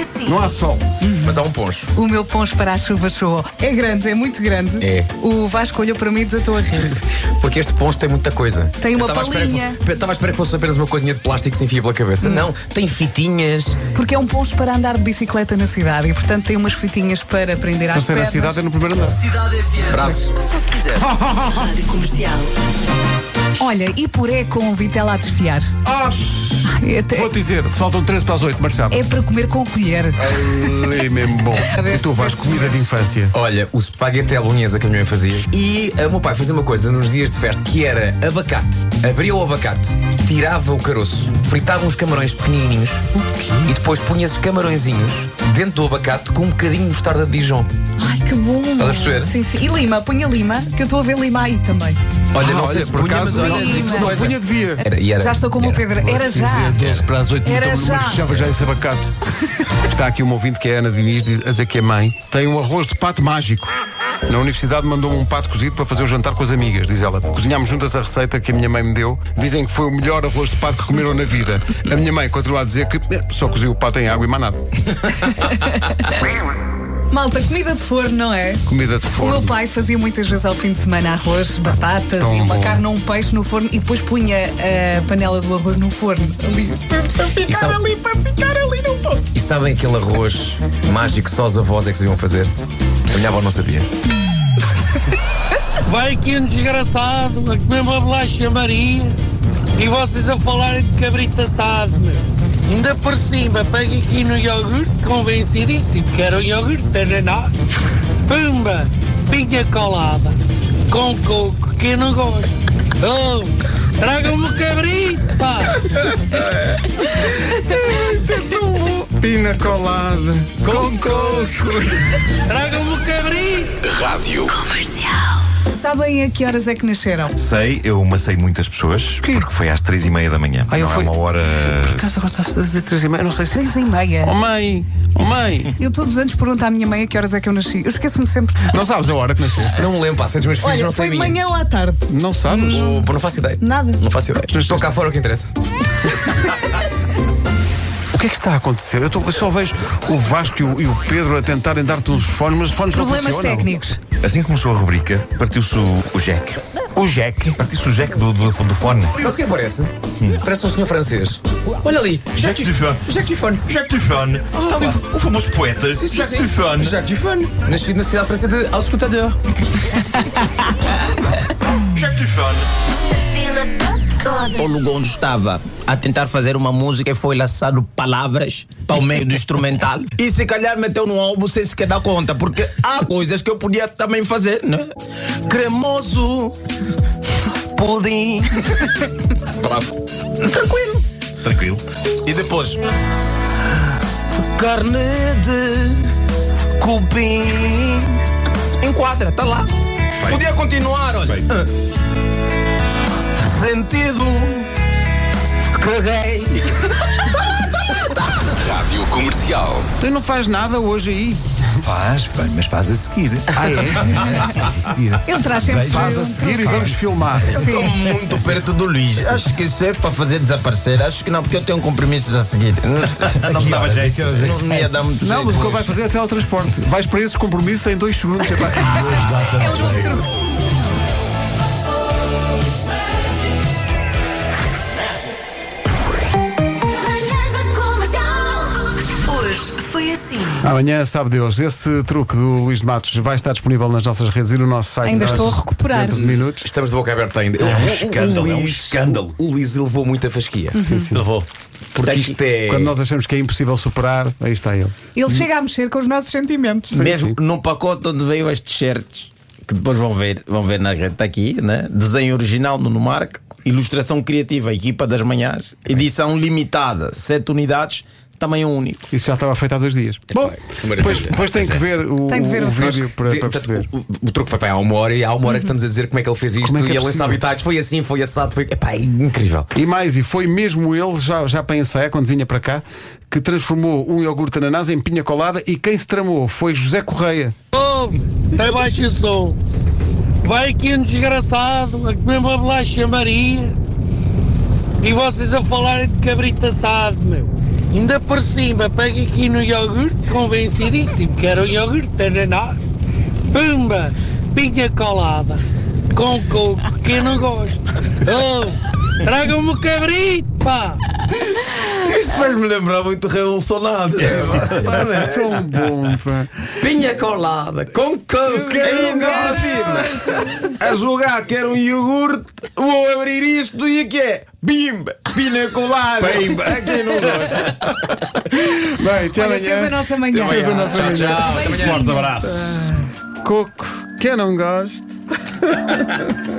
assim. Não há sol. Mas há um poncho. O meu poncho para a chuva chegou. É grande, é muito grande. É. O Vasco olhou para mim e desatou a rir. Porque este poncho tem muita coisa. Tem uma Eu estava à espera que fo- palinha. eu Estava à espera que fosse apenas uma coisinha de plástico que se enfia pela cabeça. Não, tem fitinhas. Porque é um poncho para andar de bicicleta na cidade e, portanto, tem umas fitinhas para prender Então às Se é na pernas. cidade, é no primeiro andar. Cidade FM. Bravos. Só se quiser. Rádio Comercial. é- Olha, e puré com vitela a desfiar. Ah, É, até- vou dizer, faltam 13 para as 8, Marcelo. é para comer com colher. É mesmo bom. E tu vais comida de infância. Olha, o espaguete à bolonhesa que a minha mãe fazia. E ah, o meu pai fazia uma coisa nos dias de festa que era abacate. Abria o abacate, tirava o caroço, fritava uns camarões pequenininhos e depois punha esses camarõezinhos dentro do abacate com um bocadinho de mostarda de Dijon. Ai, que bom. Estás a perceber? Sim, sim. E lima, punha lima, que eu estou a ver lima aí também. Olha, Ah, não sei olha, se por punha, acaso, mas olha, olha, digo-te uma não, coisa. punha, devia. Era- e era- Já estou como o era. Pedro. Era já. 12 para as 8 Era já. fechava já esse abacate. Está aqui um ouvinte que é a Ana Diniz diz- a dizer que a mãe tem um arroz de pato mágico. Na universidade mandou-me um pato cozido para fazer o jantar com as amigas, diz ela. Cozinhámos juntas a receita que a minha mãe me deu. Dizem que foi o melhor arroz de pato que comeram na vida. A minha mãe continua a dizer que eh, só coziu o pato em água e mais nada. Malta, comida de forno, não é? Comida de O meu forno. pai fazia muitas vezes ao fim de semana arroz, batatas tão e uma bom. carne ou um peixe no forno e depois punha a panela do arroz no forno. Ali. Para para ficar sabe- ali, para ficar ali num ponto. E sabem aquele arroz mágico que só os avós é que sabiam fazer? A minha avó não sabia. Vai aqui um desgraçado a comer uma bolacha Maria e vocês a falarem de cabrito assado, meu. Ainda por cima, pega aqui no iogurte, convencidíssimo que era um iogurte de ananá. Pumba, pinha colada, com coco, que eu não gosto. Oh, tragam-me o cabrito, pá! Pina colada. Com coco. Tragam-me o cabrito! Sabem a que horas é que nasceram? Sei, eu macei muitas pessoas porque foi às três e meia da manhã. Ah, eu não fui- é uma hora. Caso agora estás a dizer 3 e meia, não sei se... Três e meia. Oh mãe, oh mãe. Eu todos os anos pergunto à minha mãe a que horas é que eu nasci. Eu esqueço-me sempre. Não sabes a hora que nasceste? Não me lembro, pá, sei dos meus filhos, Olha, não sei foi a minha. manhã ou à tarde? Não sabes? Oh, pô, não faço ideia. Nada. Não faço ideia. Estou cá fora o que interessa. O que é que está a acontecer? Eu, tô- eu só vejo o Vasco e o, e o Pedro a tentarem dar-te uns fones, mas os fones não Problemas funcionam. técnicos. Assim que começou a rubrica, partiu-se o, o Jack. O Jack. Partiu-se o Jack do, do, do fone. Sabe o que é que parece? Parece um senhor francês. Olha ali. Jacques Dufon. Jacques Dufon. Jack Dufone. Está ali o, o famoso poeta. Sim, sim, Jack sim. Dufone. Jacques Dufon. Nascido na cidade francesa de Auscultador. Jack Dufone. Paulo Gondo estava a tentar fazer uma música e foi lançado palavras para o meio do instrumental. E se calhar meteu no álbum sem sequer dar conta, porque há coisas que eu podia também fazer, né? Cremoso, pudim. Bravo. Tranquilo. Tranquilo. E depois. Carne de cupim. Enquadra, tá lá. Podia continuar, olha. Feito. Ah. Sentido. Caguei. Tu não faz nada hoje aí. Faz, bem, mas faz a seguir. Ah, é? Faz a seguir. Ele traz sempre Faz a junto. seguir e vamos filmar. Estou muito perto do Luís. Acho que isso é para fazer desaparecer. Acho que não, porque eu tenho compromissos a seguir. Não sei. Não me dava jeito. Não me ia dar muito Não, jeito mas o que ele hoje. vai fazer é teletransporte. Vais para esses compromissos em dois segundos. é pá. Manhãs da Comercial. Hoje foi assim. Amanhã, sabe Deus, esse truque do Luís de Matos vai estar disponível nas nossas redes e no nosso site. Ainda nós- estou a recuperar. Dentro de minutos. Estamos de boca aberta ainda. É um escândalo, é um escândalo. O Luís elevou muito a fasquia. Sim, sim. Levou. Porque isto é. Quando nós achamos que é impossível superar, aí está ele. Ele chega a mexer com os nossos sentimentos. Mesmo sim. no pacote onde veio as t-shirts, que depois vão ver, vão ver na rede, está aqui, né? Desenho original no Numark, ilustração criativa, equipa das manhãs, edição limitada, 7 unidades, tamanho único. Isso já estava feito há dois dias. Bom, que maravilha. depois, depois tem Pois é. que ver o, Tem de ver o o truque. vídeo para, Te- para portanto, perceber. O, o- o truque foi para aí há uma hora e há uma hora que estamos a dizer como é que ele fez isto Como é que é e ele lança possível? habitats. Foi assim, foi assado, foi. Epá, é incrível. E mais, e foi mesmo ele, já, já para ensaiar, quando vinha para cá, que transformou um iogurte ananás em pinha colada e quem se tramou foi José Correia. Ouve, é baixo o som. Vai aqui um desgraçado a comer uma bolacha Maria e vocês a falarem de cabrito assado, meu. Ainda por cima, pego aqui no iogurte, convencidíssimo que era um iogurte de ananás. Pumba, pinha colada, com coco, que eu não gosto. Oh, tragam-me o cabrito, pá! Isso faz-me lembrar muito revolucionado. Pá, não é tão bom, pá. Pinha colada, com coco. Quero um cima. A jogar, quero um iogurte, vou abrir isto e aqui é bimba, pina colada. Bimba. Aqui não gosta. Bem, até Olha, fez a amanhã. nossa manhã. Fez a nossa manhã. Forte abraço. Coco, que eu não gosto.